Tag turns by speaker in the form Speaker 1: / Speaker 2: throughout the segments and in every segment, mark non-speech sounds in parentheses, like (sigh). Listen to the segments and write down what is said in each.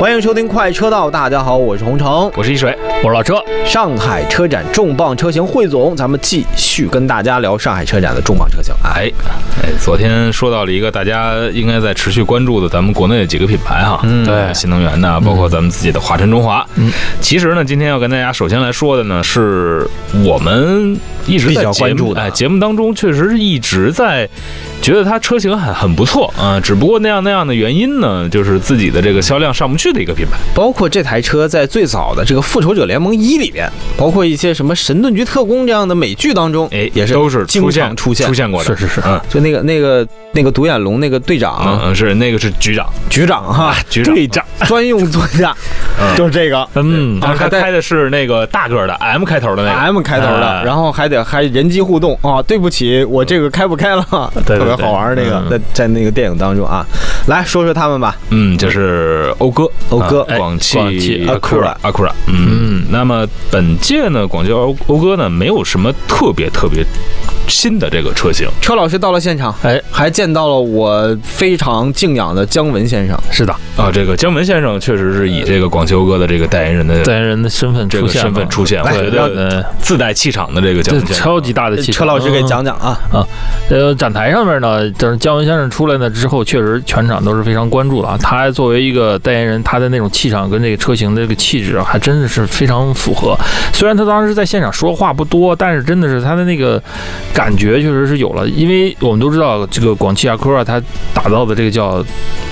Speaker 1: 欢迎收听《快车道》，大家好，我是洪城。
Speaker 2: 我是一水，我是老车。
Speaker 1: 上海车展重磅车型汇总，咱们继续跟大家聊上海车展的重磅车型啊。
Speaker 2: 哎，哎，昨天说到了一个大家应该在持续关注的咱们国内的几个品牌哈，嗯
Speaker 1: 对
Speaker 2: 新能源的，包括咱们自己的华晨中华。嗯，其实呢，今天要跟大家首先来说的呢，是我们一直
Speaker 1: 比
Speaker 2: 在
Speaker 1: 较
Speaker 2: 节
Speaker 1: 关
Speaker 2: 目
Speaker 1: 注的啊
Speaker 2: 哎，节目当中确实是一直在觉得它车型很很不错啊、只不过那样那样的原因呢，就是自己的这个销量上不去的一个品牌。
Speaker 1: 包括这台车在最早的这个《复仇者联盟一》里边，包括一些什么《神盾局特工》这样的美剧当中，
Speaker 2: 哎，
Speaker 1: 也是
Speaker 2: 都是
Speaker 1: 经
Speaker 2: 出
Speaker 1: 常
Speaker 2: 现
Speaker 1: 出现。
Speaker 2: 出现过的，
Speaker 1: 是是
Speaker 2: 嗯。
Speaker 1: 就那个那个那个独眼龙那个队
Speaker 2: 嗯
Speaker 1: 长、
Speaker 2: 嗯，是那个是局长，
Speaker 1: 啊局长哈，
Speaker 2: 局长
Speaker 1: 队
Speaker 2: (laughs)
Speaker 1: 长专用座驾，
Speaker 2: 嗯
Speaker 1: 就是这个
Speaker 2: 嗯，
Speaker 1: 啊
Speaker 2: 当时他
Speaker 1: 还带
Speaker 2: 开的是那个大个儿的 M 开头的那个
Speaker 1: M 开头的，
Speaker 2: 哎
Speaker 1: 然后还得还人机互动啊！对不起，我这个开不开了，
Speaker 2: 嗯
Speaker 1: (laughs)
Speaker 2: 对对
Speaker 1: 特别好玩儿那
Speaker 2: 对
Speaker 1: 个
Speaker 2: 嗯
Speaker 1: 在在那个电影当中啊，来说说他们吧。
Speaker 2: 嗯，就是讴歌，
Speaker 1: 讴歌
Speaker 2: 啊
Speaker 1: 哎
Speaker 2: 广汽
Speaker 1: 广汽 Acura
Speaker 2: Acura，嗯，那么本届呢，广汽讴讴歌呢，没有什么特别特别新的这个车型，
Speaker 1: 车老师到了现场，
Speaker 3: 哎，
Speaker 1: 还见到了我非常敬仰的姜文先生。
Speaker 3: 是的，
Speaker 2: 啊，这个姜文先生确实是以这个广汽讴歌的这个代言人的
Speaker 3: 代言人的身份
Speaker 2: 这
Speaker 3: 出
Speaker 2: 个
Speaker 3: 现了，
Speaker 2: 身份出现，我
Speaker 1: 来
Speaker 2: 觉
Speaker 3: 让
Speaker 2: 得自带气场的这个姜
Speaker 3: 这
Speaker 2: 文先生，
Speaker 3: 超级大的气场。
Speaker 1: 车老师给
Speaker 3: 嗯。
Speaker 1: 讲讲啊，
Speaker 3: 呃，展台上面呢，就是姜文先生出来呢之后，确实全场都是非常关注的啊。他作为一个代言人，他的那种气场跟这个车型的这个气质啊，还真的是非常符合。虽然他当时在现场说话不多，但是真的是他的那个感觉确实是有了。因为我们都知道，这个广汽阿科啊，它打造的这个叫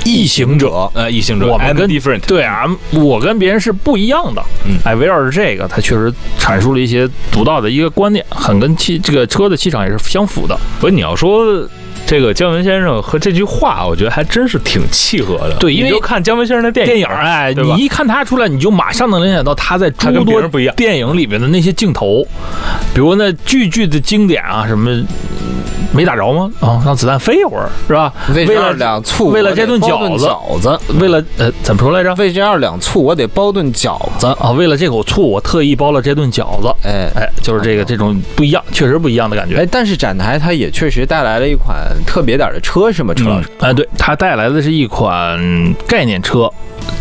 Speaker 1: 异行者，
Speaker 2: 呃异性者，
Speaker 3: 我们
Speaker 2: I'm
Speaker 3: 跟
Speaker 2: different，
Speaker 3: 对啊，我跟别人是不一样的。
Speaker 2: 嗯
Speaker 3: 哎，围绕着这个，他确实阐述了一些独到的一个观点，很跟气这个车的气场也是相符的。
Speaker 2: 不是你要说。这个姜文先生和这句话，我觉得还真是挺契合的。
Speaker 3: 对因为
Speaker 2: 你就看姜文先生的电
Speaker 3: 电
Speaker 2: 影
Speaker 3: 影儿哎，
Speaker 2: 对吧
Speaker 3: 你一看他出来，你就马上能联想到他在
Speaker 2: 他跟
Speaker 3: 诸
Speaker 2: 别
Speaker 3: 多
Speaker 2: 人不一样
Speaker 3: 电影里面的那些镜头，比如那句句的经典啊，什么嗯没打着吗？啊，让子弹飞一会儿是吧？
Speaker 1: 为这
Speaker 3: 为了
Speaker 1: 二两醋，
Speaker 3: 为了
Speaker 1: 我得
Speaker 3: 这顿
Speaker 1: 包
Speaker 3: 饺子
Speaker 1: 饺子，
Speaker 3: 为了呃怎么说来着？
Speaker 1: 为这二两醋，我得包顿饺子。
Speaker 3: 啊，为了这口醋，我特意包了这顿饺子。
Speaker 1: 哎
Speaker 3: 哎，就是这个这种不一样，确实不一样的感觉。
Speaker 1: 哎，但是展台它也确实带来了一款特别点儿的车，是吗？车老师，
Speaker 3: 啊，对，它带来的是一款概念车，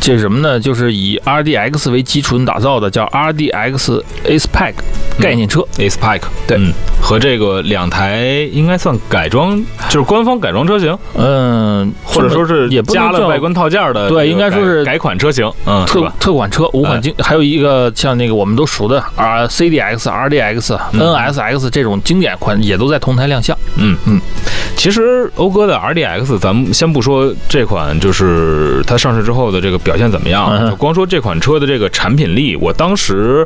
Speaker 3: 这是什么呢？就是以 RDX 为基础打造的，叫 RDX Ace Pack
Speaker 2: 嗯
Speaker 3: 概念车。
Speaker 2: Ace Pack，
Speaker 3: 对
Speaker 2: 嗯，和这个两台应该算改装，就是官方改装车型，
Speaker 3: 嗯，
Speaker 2: 或者说是
Speaker 3: 也不能
Speaker 2: 加了
Speaker 3: 叫
Speaker 2: 外观套件的这个改，
Speaker 3: 对应该说是
Speaker 2: 改款车型，嗯，是
Speaker 3: 特
Speaker 2: 吧？
Speaker 3: 特款车五
Speaker 2: 哎
Speaker 3: 款经，还有一个像那个我们都熟的啊 CDX、RDX、
Speaker 2: 嗯
Speaker 3: NSX 这种经典款也都在同台亮相。
Speaker 2: 嗯嗯
Speaker 3: 嗯。
Speaker 2: 其实讴歌的 RDX，咱们先不说这款，就是它上市之后的这个表现怎么样，
Speaker 3: 嗯
Speaker 2: 就光说这款车的这个产品力，我当时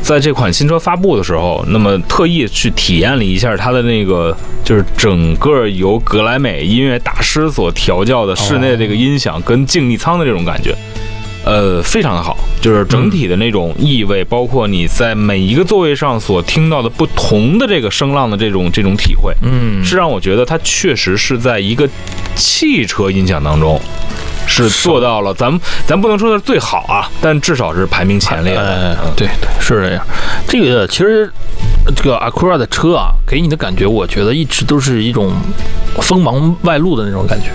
Speaker 2: 在这款新车发布的时候，那么特意去体验了一下它的那个，就是整个由格莱美音乐大师所调教的室内这个音响跟静谧舱的这种感觉。呃，非常的好，就是整体的那种意味，包括你在每一个座位上所听到的不同的这个声浪的这种这种体会，
Speaker 3: 嗯
Speaker 2: 是让我觉得它确实是在一个汽车音响当中。是做到了，咱们咱不能说是最好啊，但至少是排名前列
Speaker 1: 哎
Speaker 2: 的。
Speaker 3: 呃，对对，是这样。这个其实这个 Acura 的车啊，给你的感觉，我觉得一直都是一种锋芒外露的那种感觉。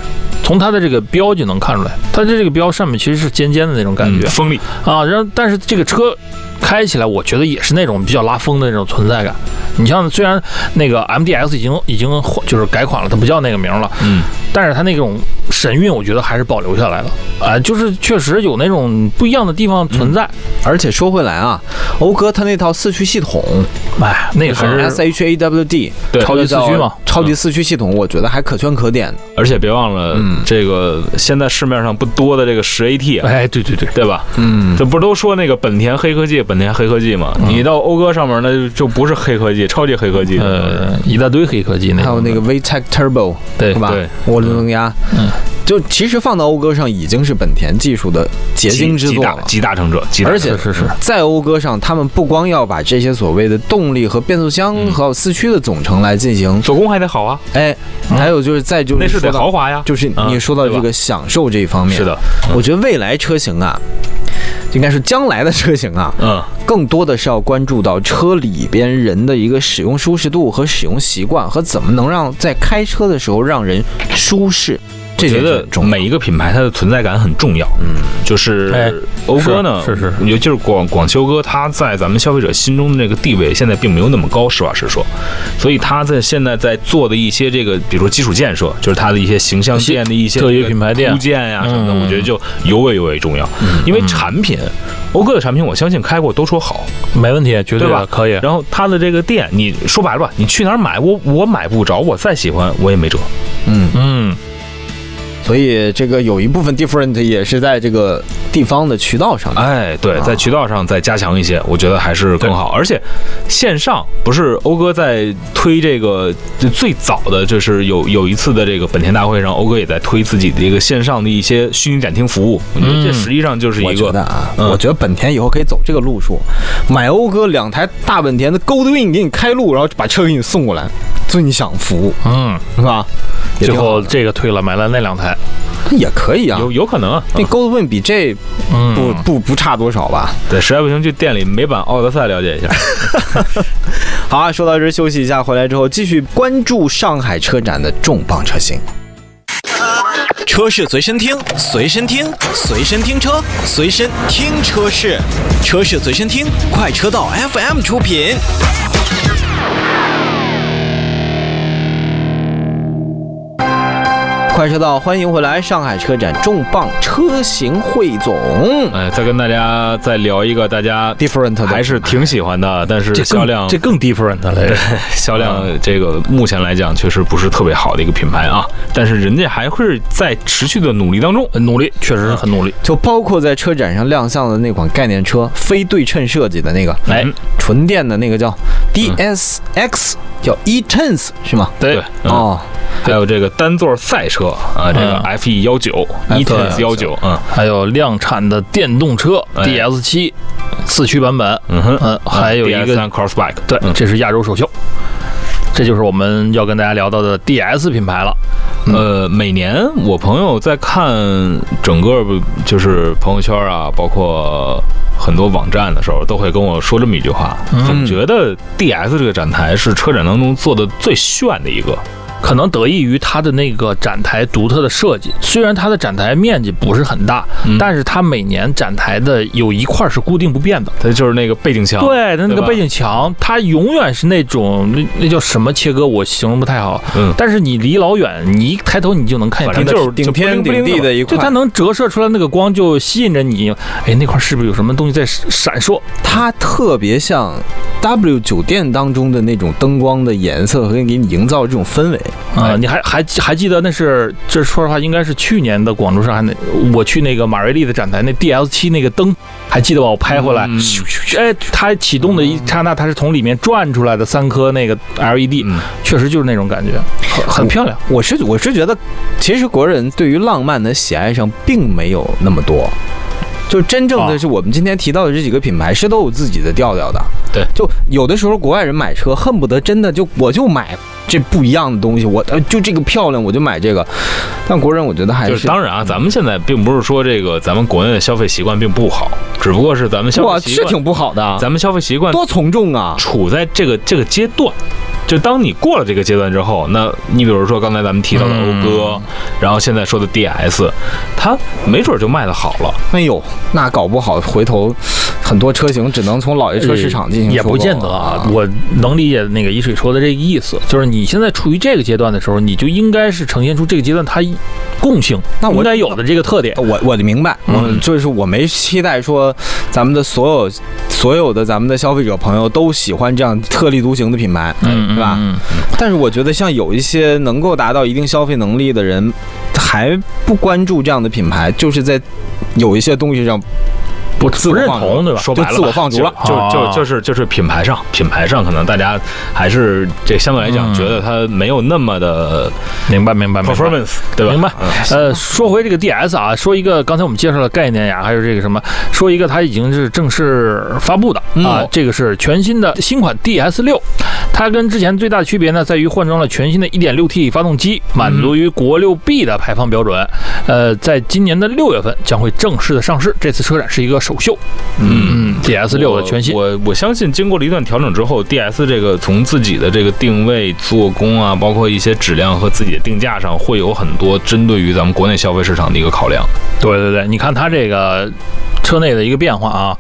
Speaker 3: 从它的这个标就能看出来，它的这个标上面其实是尖尖的那种感
Speaker 2: 嗯
Speaker 3: 觉、
Speaker 2: 锋利，
Speaker 3: 啊。然后，但是这个车开起来，我觉得也是那种比较拉风的那种存在感。你像虽然那个 MDX 已经已经换就是改款了，它不叫那个名了，
Speaker 2: 嗯，
Speaker 3: 但是它那种神韵，我觉得还是保留下来了啊、就是确实有那种不一样的地方存在。
Speaker 1: 而且说回来啊，讴歌它那套四驱系统，
Speaker 3: 哎，那个还是
Speaker 1: S H A W D
Speaker 2: 对
Speaker 3: 超级四驱嘛，嗯
Speaker 1: 超级四驱系统，我觉得还可圈可点。
Speaker 2: 而且别忘了
Speaker 1: 嗯，
Speaker 2: 这个现在市面上不多的这个十 AT，啊
Speaker 3: 哎，对对对，
Speaker 2: 对吧？
Speaker 1: 嗯，
Speaker 2: 这不是都说那个本田黑科技，本田黑科技嘛？你到讴歌上面那就就不是黑科技，超级黑科技。
Speaker 3: 呃呃，一大堆黑科技那种的，
Speaker 1: 还有那个 VTEC Turbo
Speaker 3: 对
Speaker 1: 是吧
Speaker 2: 对？
Speaker 1: 涡轮增压，
Speaker 3: 嗯
Speaker 1: 就其实放到讴歌上已经是本田技术的结晶之
Speaker 2: 集
Speaker 1: 作
Speaker 2: 大
Speaker 1: 了。
Speaker 2: 集大成者，集大
Speaker 1: 而
Speaker 2: 成
Speaker 1: 且
Speaker 2: 者
Speaker 3: 是是是
Speaker 1: 在讴歌上，他们不光要把这些所谓的动力和变速箱
Speaker 2: 嗯
Speaker 1: 和四驱的总成来进行，
Speaker 2: 做工还得好啊，
Speaker 1: 哎，
Speaker 3: 嗯
Speaker 1: 还有就是再就是
Speaker 2: 内饰得
Speaker 1: 说到
Speaker 2: 豪华呀。
Speaker 1: 就是
Speaker 2: 嗯
Speaker 1: 你说到
Speaker 2: 对吧
Speaker 1: 这个享受这一方面，
Speaker 2: 是的，
Speaker 1: 我觉得未来车型啊，应该是将来的车型啊，
Speaker 2: 嗯，
Speaker 1: 更多的是要关注到车里边人的一个使用舒适度和使用习惯，和怎么能让在开车的时候让人舒适。这
Speaker 2: 觉
Speaker 1: 点是
Speaker 2: 得
Speaker 1: 很重要
Speaker 2: 每一个品牌它的存在感很重要。
Speaker 1: 嗯，
Speaker 2: 就是
Speaker 3: 哎
Speaker 2: 讴歌呢，
Speaker 3: 是是
Speaker 2: 尤其是广广汽讴歌，它在咱们消费者心中的那个地位现在并没有那么高，实话实说。所以它在现在在做的一些这个，比如说基础建设，就是它的一些形象
Speaker 3: 些
Speaker 2: 店的一些
Speaker 3: 特约
Speaker 2: 这个
Speaker 3: 品牌店
Speaker 2: 铺建呀什么的，
Speaker 3: 嗯
Speaker 2: 我觉得就尤为尤为重要。因为产品，讴歌的产品，我相信开过都说好。
Speaker 3: 没问题，绝
Speaker 2: 对
Speaker 3: 的
Speaker 2: 吧
Speaker 3: 可以。
Speaker 2: 然后它的这个店，你说白了吧，你去哪儿买，我我买不着，我再喜欢我也没辙。
Speaker 1: 嗯，
Speaker 3: 嗯，
Speaker 1: 所以这个有一部分 different 也是在这个地方的渠道上面。
Speaker 2: 哎，对
Speaker 1: 啊，
Speaker 2: 在渠道上再加强一些，我觉得还是更好。而且线上不是欧哥在推这个就最早的，就是有有一次的这个本田大会上，欧哥也在推自己的一个线上的一些虚拟展厅服务。我觉得这
Speaker 3: 嗯
Speaker 2: 实际上就是
Speaker 1: 我
Speaker 2: 一
Speaker 1: 觉
Speaker 2: 个
Speaker 1: 得啊，
Speaker 2: 嗯
Speaker 1: 我觉得本田以后可以走这个路数，买讴歌两台大本田的 Goldwing 给你开路，然后把车给你送过来，尊享服务
Speaker 3: 嗯，
Speaker 1: 是吧？也
Speaker 3: 最
Speaker 1: 挺好
Speaker 3: 后
Speaker 1: 的
Speaker 3: 这个退了，买了那两台。
Speaker 1: 也可以啊，
Speaker 2: 有有可能啊，
Speaker 1: 那 Goldwing 比这
Speaker 3: 嗯，
Speaker 1: 不不不差多少吧？
Speaker 2: 对，实在不行去店里美版奥德赛了解一
Speaker 1: (laughs)
Speaker 2: 下。
Speaker 1: 好啊，说到这儿休息一下，回来之后继续关注上海车展的重磅车型。
Speaker 4: 车是随身听，随身听，随身听车，随身听车是，车是随身听，快车道 FM 出品。
Speaker 1: 快车道，欢迎回来！上海车展重磅车型汇总
Speaker 2: 哎，再跟大家再聊一个大家
Speaker 1: ，different 的哎
Speaker 2: 还是挺喜欢的，但是
Speaker 3: 这
Speaker 2: 销量
Speaker 3: 这更 different 了。
Speaker 2: 销
Speaker 1: 啊
Speaker 2: 量这个目前来讲确实不是特别好的一个品牌啊，但是人家还会在持续的努力当中。
Speaker 3: 这努力确实很 (laughs) 努力。
Speaker 1: 就包括在车展上亮相的那款概念车，非对称设计的那个，
Speaker 3: 哎
Speaker 2: 嗯
Speaker 1: 纯电的那个叫 DSX，、叫 e t e n s 是吗？
Speaker 2: 对，嗯
Speaker 1: 哦，
Speaker 2: 还有这个单座赛车啊，这个
Speaker 3: 嗯
Speaker 2: F E 幺九
Speaker 1: F1
Speaker 2: E T S 幺九，嗯
Speaker 3: 还有量产的电动车
Speaker 2: 哎
Speaker 3: DS 七四驱版本，
Speaker 2: 嗯哼，
Speaker 3: 嗯，还有一
Speaker 2: DS
Speaker 3: 个
Speaker 2: 三 Crossback，
Speaker 3: 对
Speaker 2: 嗯，
Speaker 3: 这是亚洲首秀。这就是我们要跟大家聊到的 DS 品牌了。嗯
Speaker 2: 呃，每年我朋友在看整个不就是朋友圈啊，包括很多网站的时候，都会跟我说这么一句话，嗯总觉得 DS 这个展台是车展当中做的最炫的一个。
Speaker 3: 可能得益于它的那个展台独特的设计，虽然它的展台面积不是很大，
Speaker 2: 嗯
Speaker 3: 但是它每年展台的有一块是固定不变的。
Speaker 2: 它就是那个背景墙，
Speaker 3: 对，它那
Speaker 2: 啊对
Speaker 3: 个
Speaker 2: 吧
Speaker 3: 背景墙，它永远是那种那那叫什么切割，我形容不太好。
Speaker 2: 嗯
Speaker 3: 但是你离老远，你一抬头你就能看见它
Speaker 2: 反正
Speaker 3: 的
Speaker 2: 就是
Speaker 1: 顶天顶地的一
Speaker 3: 就
Speaker 1: 块
Speaker 3: 它，能折射出来那个光，就吸引着你。哎，那块是不是有什么东西在闪烁？
Speaker 1: 它特别像 W 酒店当中的那种灯光的颜色和给你营造这种氛围。
Speaker 3: 啊、
Speaker 2: 哎
Speaker 3: 你还还记还记得那是这说实话应该是去年的广州上海那我去那个马瑞丽的展台那 DL 七那个灯还记得吧？我拍回来，
Speaker 2: 嗯
Speaker 3: 咻咻咻哎，它启动的一刹那，它是从里面转出来的三颗那个 LED，、
Speaker 2: 嗯，
Speaker 3: 确实就是那种感觉，很很漂亮。
Speaker 1: 我是我是觉得，其实国人对于浪漫的喜爱上并没有那么多，就真正的
Speaker 2: 啊
Speaker 1: 是我们今天提到的这几个品牌是都有自己的调调的。
Speaker 2: 对，
Speaker 1: 就有的时候国外人买车恨不得真的就我就买这不一样的东西，我呃就这个漂亮我就买这个，但国人我觉得还
Speaker 2: 就是是当然啊，咱们现在并不是说这个咱们国内的消费习惯并不好，只不过是咱们消
Speaker 1: 哇
Speaker 2: 费习
Speaker 1: 是
Speaker 2: 惯，
Speaker 1: 挺不好的啊，
Speaker 2: 咱们消费习惯
Speaker 1: 多从众啊。
Speaker 2: 处在这个这个阶段。就当你过了这个阶段之后，那你比如说刚才咱们提到的讴
Speaker 3: 嗯
Speaker 2: 歌，然后现在说的 DS，它没准就卖的好了。
Speaker 1: 哎呦，那搞不好回头很多车型只能从老爷车市
Speaker 2: 嗯
Speaker 1: 场进行
Speaker 3: 也
Speaker 1: 收购
Speaker 3: 不见得啊，我能理解那个一水说的这个意思，就是你现在处于这个阶段的时候，你就应该是呈现出这个阶段它共性
Speaker 1: 那我
Speaker 3: 应该有的这个特点。
Speaker 1: 我我明白，
Speaker 3: 嗯
Speaker 1: 我就是我没期待说咱们的所有所有的咱们的消费者朋友都喜欢这样特立独行的品牌，
Speaker 3: 嗯，
Speaker 1: 对吧？
Speaker 3: 嗯
Speaker 1: 但是我觉得像有一些能够达到一定消费能力的人，还不关注这样的品牌，就是在有一些东西上
Speaker 2: 不自
Speaker 3: 不
Speaker 2: 我
Speaker 3: 认
Speaker 2: 放逐
Speaker 3: 同对吧
Speaker 2: 说
Speaker 1: 就
Speaker 2: 白了吧，
Speaker 1: 自我放逐了
Speaker 2: 就
Speaker 3: 啊
Speaker 2: 就就是就是品牌上，品牌上可能大家还是这相对来讲
Speaker 3: 嗯
Speaker 2: 觉得它没有那么的
Speaker 3: 明白明白明白。
Speaker 2: performance，对吧？
Speaker 3: 明白
Speaker 2: 嗯
Speaker 3: 呃，说回这个 DS 啊，说一个刚才我们介绍的概念呀，还有这个什么，说一个它已经是正式发布的啊，
Speaker 1: 嗯
Speaker 3: 这个是全新的新款 DS 六，它跟之前最大的区别呢，在于换装了全新的 1.6T 发动机，满足于国六 B 的排放标准。呃，在今年的六月份将会正式的上市，这次车展是一个首秀。嗯，DS 六的全新。
Speaker 2: 我我我相信，经过了一段调整之后，DS 这个从自己的这个定位、做工啊，包括一些质量和自己的定价上，会有很多针对于咱们国内消费市场的一个考量。
Speaker 3: 对对对，你看它这个车内的一个变化啊，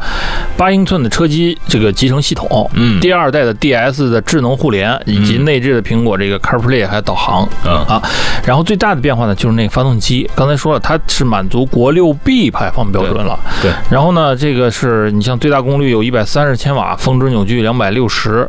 Speaker 3: 八英寸的车机这个集成系统，
Speaker 2: 嗯
Speaker 3: 第二代的 DS 的智能互联，以及
Speaker 2: 嗯
Speaker 3: 内置的苹果这个 CarPlay 还有导航。
Speaker 2: 嗯
Speaker 3: 啊然后最大的变化呢，就是那个发动机，刚才说了，它是满足国六 B 排放标准了。
Speaker 2: 对对
Speaker 3: 然后呢，这个是你像最大功率有一百三十千瓦，峰值扭矩两百六十，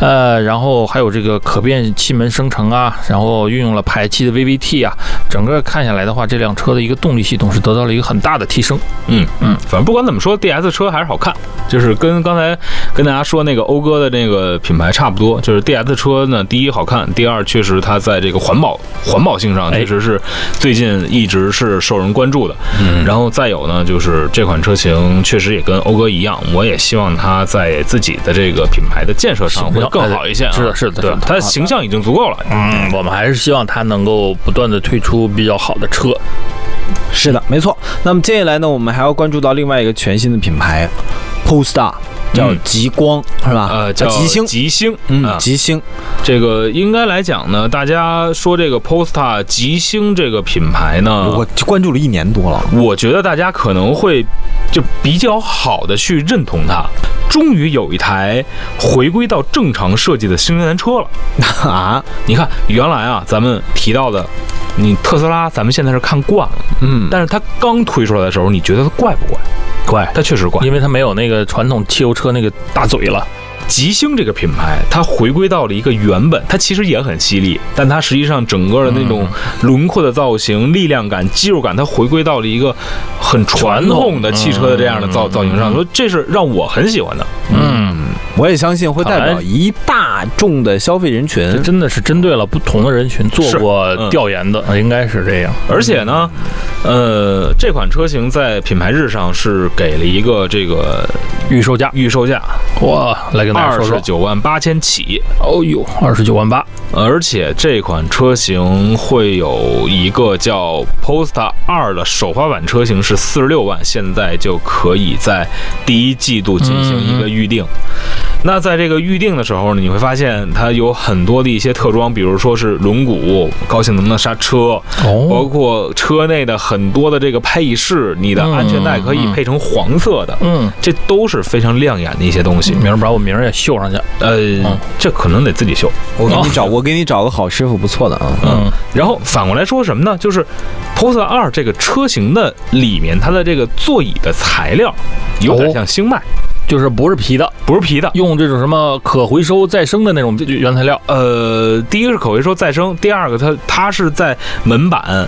Speaker 3: 呃，然后还有这个可变气门升程啊，然后运用了排气的 VVT 啊，整个看下来的话，这辆车的一个动力系统是得到了一个很大的提升。
Speaker 2: 嗯
Speaker 3: 嗯
Speaker 2: 嗯，反正不管怎么说，DS 车还是好看，就是跟刚才跟大家说那个讴歌的那个品牌差不多。就是 DS 车呢，第一好看，第二确实它在这个环保环保性上
Speaker 3: 哎
Speaker 2: 确实是最近一直是受人关注的。
Speaker 4: 嗯，
Speaker 2: 然后再有呢，就是这款车型确实也跟讴歌一样，我也希望它在自己的这个品牌的建设上会更好一些、啊。
Speaker 3: 是的是的
Speaker 2: 对
Speaker 3: 是的，
Speaker 2: 它的形象已经足够了。
Speaker 3: 嗯，我们还是希望它能够不断的推出比较好的车。
Speaker 1: 是的，没错。那么接下来呢，我们还要关注到另外一个全新的品牌，Polestar，叫
Speaker 2: 嗯
Speaker 1: 极光、是吧？
Speaker 2: 呃，叫
Speaker 1: 叫极星。
Speaker 2: 极星，
Speaker 1: 嗯，
Speaker 2: 啊
Speaker 1: 极星，
Speaker 2: 这个应该来讲呢，大家说这个 Posta 极星这个品牌呢，
Speaker 1: 我关注了一年多了。
Speaker 2: 我觉得大家可能会就比较好的去认同它。终于有一台回归到正常设计的新能源车了。
Speaker 1: (laughs) 啊，
Speaker 2: 你看，原来啊，咱们提到的，你特斯拉，咱们现在是看惯了，
Speaker 1: 嗯，
Speaker 2: 但是它刚推出来的时候，你觉得它怪不怪？
Speaker 3: 怪，
Speaker 2: 它确实怪。
Speaker 3: 因为它没有那个传统汽油车那个大嘴了。
Speaker 2: 极星这个品牌，它回归到了一个原本，它其实也很犀利，但它实际上整个的那种
Speaker 3: 嗯
Speaker 2: 轮廓的造型、力量感、肌肉感，它回归到了一个很传统的汽车的这样的造
Speaker 3: 嗯
Speaker 2: 造型上，所以这是让我很喜欢的。
Speaker 3: 嗯，
Speaker 1: 我也相信会代
Speaker 3: 看
Speaker 1: 表
Speaker 3: 来
Speaker 1: 一大众的消费人
Speaker 3: 这
Speaker 1: 群。
Speaker 3: 真的是针对了不同的人群做
Speaker 2: 是
Speaker 3: 过
Speaker 2: 嗯
Speaker 3: 调研的，应该是这样。
Speaker 2: 而且呢，
Speaker 3: 嗯
Speaker 2: 呃，这款车型在品牌日上是给了一个这个
Speaker 3: 预售价
Speaker 2: 预售价
Speaker 3: 哇，来跟大家
Speaker 2: 二
Speaker 3: 说说
Speaker 2: 十。九万八千起，
Speaker 3: 哦呦，二十九万八，
Speaker 2: 而且这款车型会有一个叫 Posta 二的首发版车型是四十六万，现在就可以在第一季度进行一个预定。
Speaker 3: 嗯
Speaker 2: 那在这个预定的时候呢，你会发现它有很多的一些特装，比如说是轮毂、高性能的刹车，包
Speaker 3: 哦，
Speaker 2: 括车内的很多的这个配饰，你的安全带可以配成黄色的，
Speaker 3: 嗯，
Speaker 2: 这都是非常亮眼的一些东西。
Speaker 3: 明儿把我名儿也绣上去。
Speaker 2: 呃，这可能得自己修。
Speaker 1: 我
Speaker 3: 哦
Speaker 1: 给你找，我给你找个好师傅，不错的啊。
Speaker 3: 嗯，
Speaker 2: 然后反过来说什么呢？就是 Post 二这个车型的里面，它的这个座椅的材料有点像星脉，
Speaker 3: 就是不是皮的，
Speaker 2: 不是皮的。
Speaker 3: 用这种什么可回收再生的那种原材料。
Speaker 2: 呃，第一个是可回收再生，第二个它它是在门板、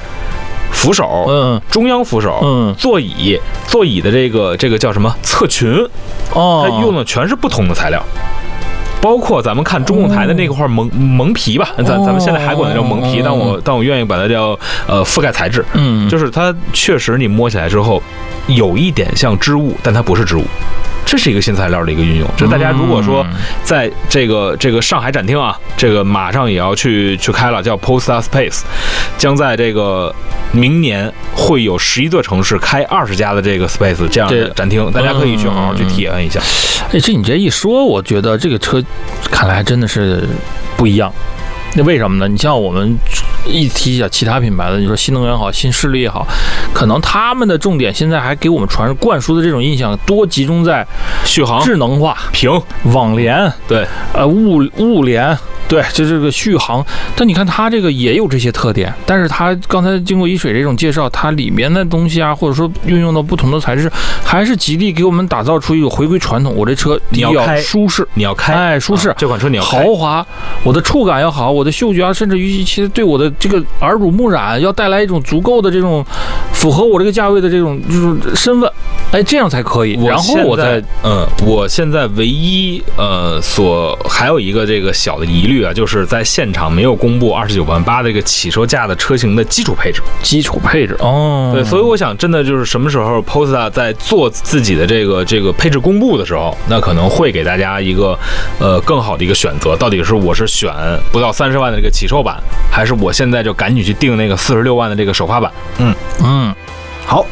Speaker 2: 扶手、
Speaker 3: 嗯
Speaker 2: 中央扶手、
Speaker 3: 嗯，
Speaker 2: 座椅、座椅的这个这个叫什么侧裙，
Speaker 3: 哦，
Speaker 2: 它用的全是不同的材料。包括咱们看中控台的那块蒙蒙皮吧，咱咱们现在还管它叫蒙
Speaker 3: 哦
Speaker 2: 皮，但我但我愿意把它叫呃覆盖材质。
Speaker 3: 嗯，
Speaker 2: 就是它确实你摸起来之后，有一点像织物，但它不是织物。这是一个新材料的一个运用，就大家如果
Speaker 3: 嗯
Speaker 2: 说在这个这个上海展厅啊，这个马上也要去去开了，叫 Posta Space，将在这个明年会有十一座城市开二十家的这个 Space 这样的
Speaker 3: 对嗯
Speaker 2: 展厅，大家可以去好好去体验一下。
Speaker 3: 哎，这你这一说，我觉得这个车看来还真的是不一样。那为什么呢？你像我们一提起其他品牌的，你说新能源好，新势力也好，可能他们的重点现在还给我们传灌输的这种印象，多集中在
Speaker 2: 续航
Speaker 3: 智能化、
Speaker 2: 屏，
Speaker 3: 网联，
Speaker 2: 对，
Speaker 3: 呃，物物联，对，就这个续航。但你看它这个也有这些特点，但是它刚才经过一水这种介绍，它里面的东西啊，或者说运用到不同的材质，还是极力给我们打造出一个回归传统。我这车第
Speaker 2: 你
Speaker 3: 一
Speaker 2: 要
Speaker 3: 要
Speaker 2: 开
Speaker 3: 舒适，
Speaker 2: 你要开，
Speaker 3: 哎，舒适
Speaker 2: 啊。这款车你要开
Speaker 3: 豪华，我的触感要好，我的嗅觉啊，甚至于一些对我的这个耳濡目染，要带来一种足够的这种符合我这个价位的这种就是身份，哎，这样才可以。
Speaker 2: 我
Speaker 3: 然后
Speaker 2: 现
Speaker 3: 我再
Speaker 2: 在嗯，我现在唯一呃所还有一个这个小的疑虑啊，就是在现场没有公布二十九万八这个起售价的车型的基础配置。
Speaker 3: 基础配置哦，
Speaker 2: 对，所以我想真的就是什么时候 Posta 在做自己的这个这个配置公布的时候，那可能会给大家一个呃更好的一个选择，到底是我是选不到三十万的这个起售版，还是我现在就赶紧去订那个四十六万的这个首发版？
Speaker 3: 嗯，
Speaker 1: 好，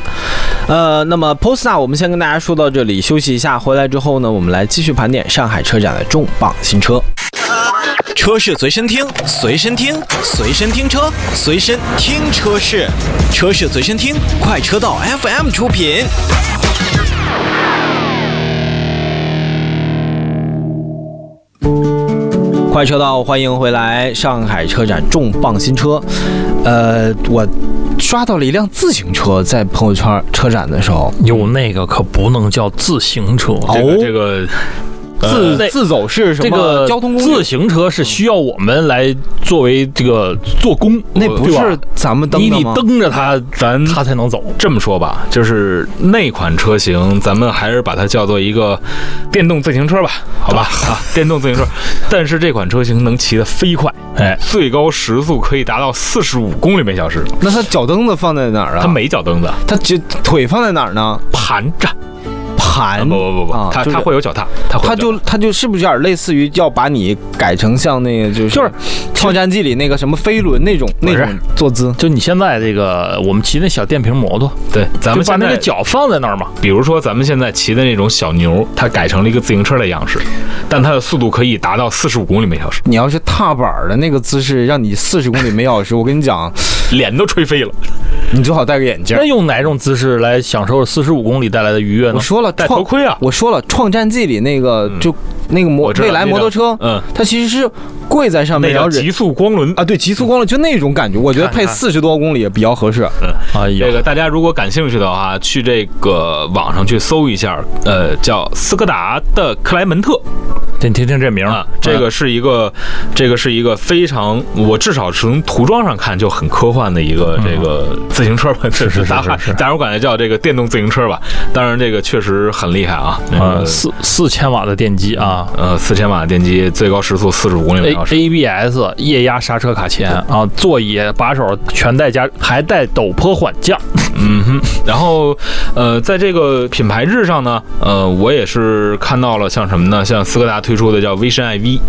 Speaker 1: 呃，那么 Posta 我们先跟大家说到这里，休息一下，回来之后呢，我们来继续盘点上海车展的重磅新车。
Speaker 4: 车是随身听，随身听，随身听车，随身听车是，车是随身听，快车道 FM 出品。
Speaker 1: 快车道，欢迎回来！上海车展重磅新车，呃，我刷到了一辆自行车，在朋友圈车展的时候，
Speaker 3: 有那个可不能叫自行车。
Speaker 2: 这个、
Speaker 1: 哦
Speaker 2: 这个呃
Speaker 1: 自、
Speaker 3: 那
Speaker 1: 自走是什么、
Speaker 3: 这个
Speaker 1: 交通工
Speaker 3: 自
Speaker 1: 具？
Speaker 3: 行车是需要我们来作为这个做工，
Speaker 1: 那不
Speaker 3: 对吧
Speaker 1: 是咱们蹬
Speaker 3: 你
Speaker 1: 的
Speaker 3: 得
Speaker 1: 吗？
Speaker 3: 蹬着它，
Speaker 2: 咱
Speaker 3: 它才能走。
Speaker 2: 这么说吧，就是那款车型，咱们还是把它叫做一个电动自行车吧，好吧？啊，电动自行车。但是这款车型能骑得飞快，
Speaker 3: 哎，
Speaker 2: 最高时速可以达到四十五公里每小时。
Speaker 1: 那他脚蹬子放在哪儿啊？
Speaker 2: 它没脚蹬子，
Speaker 1: 他脚腿放在哪儿呢？
Speaker 2: 盘着。啊
Speaker 1: 盘
Speaker 2: 不。不不不，
Speaker 1: 啊
Speaker 2: 它
Speaker 1: 就是
Speaker 2: 它会有脚踏，它会有
Speaker 1: 他
Speaker 2: 脚踏
Speaker 1: 就他就是不是有点类似于要把你改成像那个就是
Speaker 3: 就是
Speaker 1: 创战记里那个什么飞轮那种
Speaker 2: 不
Speaker 1: 那
Speaker 2: 是
Speaker 1: 种坐姿？
Speaker 3: 就你现在这个，我们骑那小电瓶摩托，
Speaker 2: 对。咱
Speaker 3: 就
Speaker 2: 们
Speaker 3: 把
Speaker 2: 现
Speaker 3: 那个
Speaker 2: 在，
Speaker 3: 脚放在那儿嘛。
Speaker 2: 比如说咱们现在骑的那种小牛，它改成了一个自行车的样式，但它的速度可以达到四十五公里每小时，
Speaker 1: 你要是踏板儿的那个姿势，让你四十公里每小时，我跟你讲， (laughs)
Speaker 2: 脸都吹飞了。
Speaker 1: 你最好戴个眼镜儿
Speaker 3: 那。用哪种姿势来享受四十五公里带来的愉悦呢
Speaker 1: 我？说了，
Speaker 2: 戴头
Speaker 1: 创
Speaker 2: 盔啊！
Speaker 1: 我说了，《创战记》里那个
Speaker 2: 嗯
Speaker 1: 就那个摩
Speaker 2: 我知道
Speaker 1: 未来摩托车，
Speaker 2: 嗯，
Speaker 1: 它其实是跪在上面，
Speaker 2: 那
Speaker 1: 然
Speaker 2: 叫
Speaker 1: 后人
Speaker 2: 极速光轮
Speaker 1: 啊，对，极速光了，就那种感觉，我觉得配
Speaker 3: 看看
Speaker 1: 四十多公里也比较合适。
Speaker 3: 哎呀
Speaker 2: 这，个大家如果感兴趣的话，去这个网上去搜一下，呃，叫斯柯达的克莱门特
Speaker 3: 你听听这名儿哎
Speaker 2: 啊，这个是一个，这个是一个非常，我至少从涂装上看就很科幻的一个这个自行车吧，这
Speaker 3: 嗯是是
Speaker 2: 咱
Speaker 3: 是是
Speaker 2: 咱我感觉叫这个电动自行车吧，当然这个确实很厉害啊，呃
Speaker 3: 啊，
Speaker 1: 嗯
Speaker 3: 四四千瓦的电机啊。
Speaker 2: 呃，四千瓦电机，最高时速四十五公里
Speaker 3: A
Speaker 2: 每小时。
Speaker 3: A B S 液压刹车卡钳啊，座椅把手全带加，还带陡坡缓降。
Speaker 2: 嗯哼，然后呃，在这个品牌日上呢，呃，我也是看到了像什么呢？像斯柯达推出的叫 Vision iV，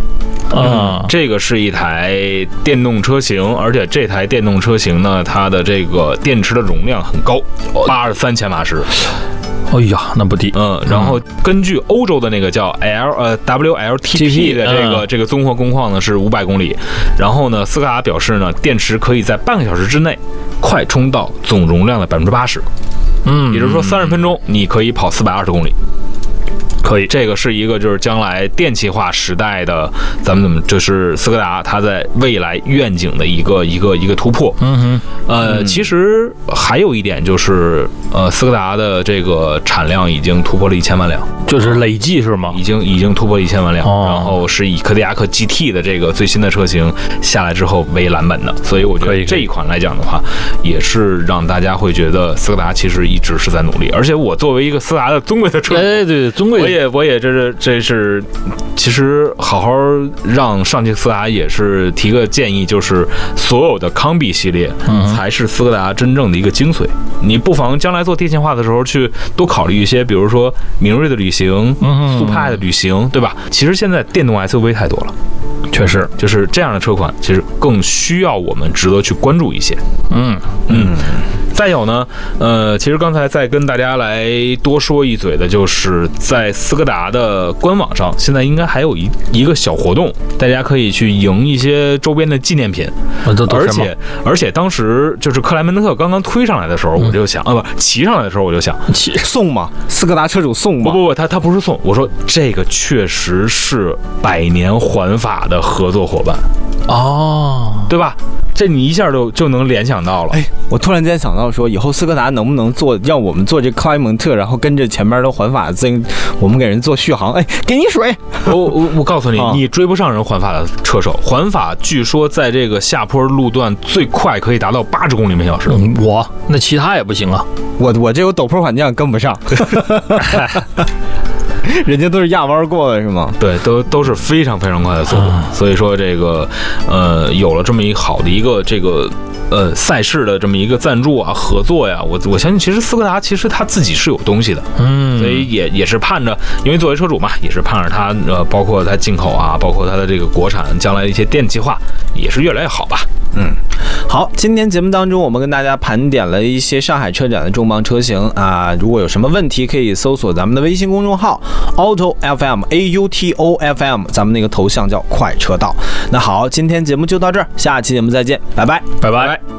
Speaker 3: 嗯，
Speaker 2: 这个是一台电动车型，而且这台电动车型呢，它的这个电池的容量很高，八十三千瓦时。
Speaker 3: 哎呀，那不低。
Speaker 2: 嗯，然后根据欧洲的那个叫 L 呃 WLTP 的这个、
Speaker 3: 嗯
Speaker 2: 这个综合工况呢是五百公里，然后呢斯柯达表示呢，电池可以在半个小时之内快充到总容量的百分之八十，
Speaker 3: 嗯，
Speaker 2: 也就是说三十分钟你可以跑四百二十公里。
Speaker 3: 可以。
Speaker 2: 这个是一个就是将来电气化时代的，咱们怎么就是斯柯达它在未来愿景的一个一个一个突破。
Speaker 3: 嗯
Speaker 2: 呃，其实还有一点就是，呃，斯柯达的这个产量已经突破了一千万辆，
Speaker 3: 哼，就是累计是吗
Speaker 2: 已？经已经突破一千万辆，
Speaker 3: 哦
Speaker 2: 然后是以柯迪亚克 GT 的这个最新的车型下来之后为蓝本的，所以我觉
Speaker 3: 可
Speaker 2: 得
Speaker 3: 以可以
Speaker 2: 这一款来讲的话，也是让大家会觉得斯柯达其实一直是在努力，而且我作为一个斯柯达的中国的车主，
Speaker 3: 哎，对对，尊
Speaker 2: 我
Speaker 3: 贵
Speaker 2: 也我也这是这是，其实好好让上汽斯柯达也是提个建议，就是所有的康比系列
Speaker 3: 嗯
Speaker 2: 才是斯柯达真正的一个精髓。你不妨将来做电气化的时候去多考虑一些，比如说明锐的旅行
Speaker 3: 嗯、
Speaker 2: 速派的旅行，对吧？其实现在电动 SUV 太多了，
Speaker 3: 确实，
Speaker 2: 就是这样的车款，其实更需要我们值得去关注一些。
Speaker 3: 嗯，
Speaker 2: 再有呢，呃，其实刚才再跟大家来多说一嘴的，就是在斯柯达的官网上，现在应该还有一一个小活动，大家可以去赢一些周边的纪念品。
Speaker 3: 我都都
Speaker 2: 而
Speaker 3: 是什么
Speaker 2: 且而且当时就是克莱门特刚刚推上来的时候，
Speaker 3: 嗯
Speaker 2: 我就想，啊不，骑上来的时候我就想，
Speaker 3: 起
Speaker 1: 送嘛，斯柯达车主送
Speaker 2: 不
Speaker 1: 嘛。
Speaker 2: 不不，他他不是
Speaker 1: 啊
Speaker 2: 送，我说这个确实是百年环法的合作伙伴，
Speaker 3: 哦，
Speaker 2: 对吧？这你一下就就能联想到了。
Speaker 1: 哎，我突然间想到说，以后斯柯达能不能做让我们做这克莱蒙特，然后跟着前面的环法自行，我们给人做续航？哎，给你水，
Speaker 2: 我我我告诉你
Speaker 1: 啊，
Speaker 2: 你追不上人环法的车手。环法据说在这个下坡路段最快可以达到八十公里每小时。
Speaker 3: 嗯，我那其他也不行啊。
Speaker 1: 我我这有陡坡缓降跟不
Speaker 2: (laughs)
Speaker 1: 上， (laughs) 人家都是压弯过的是吗？
Speaker 2: 对，都都是非常非常快的速
Speaker 1: 啊
Speaker 2: 度，所以说这个，呃，有了这么一个好的一个这个，呃，赛事的这么一个赞助啊、合作呀，我我相信其实斯柯达其实他自己是有东西的，
Speaker 3: 嗯，
Speaker 2: 所以也也是盼着，因为作为车主嘛，也是盼着它呃，包括它进口啊，包括它的这个国产将来的一些电气化也是越来越好吧。
Speaker 1: 好，今天节目当中，我们跟大家盘点了一些上海车展的重磅车型啊。如果有什么问题，可以搜索咱们的微信公众号 Auto FM A U T O F M，咱们那个头像叫快车道。那好，今天节目就到这儿，下期节目再见，拜拜。
Speaker 3: 拜拜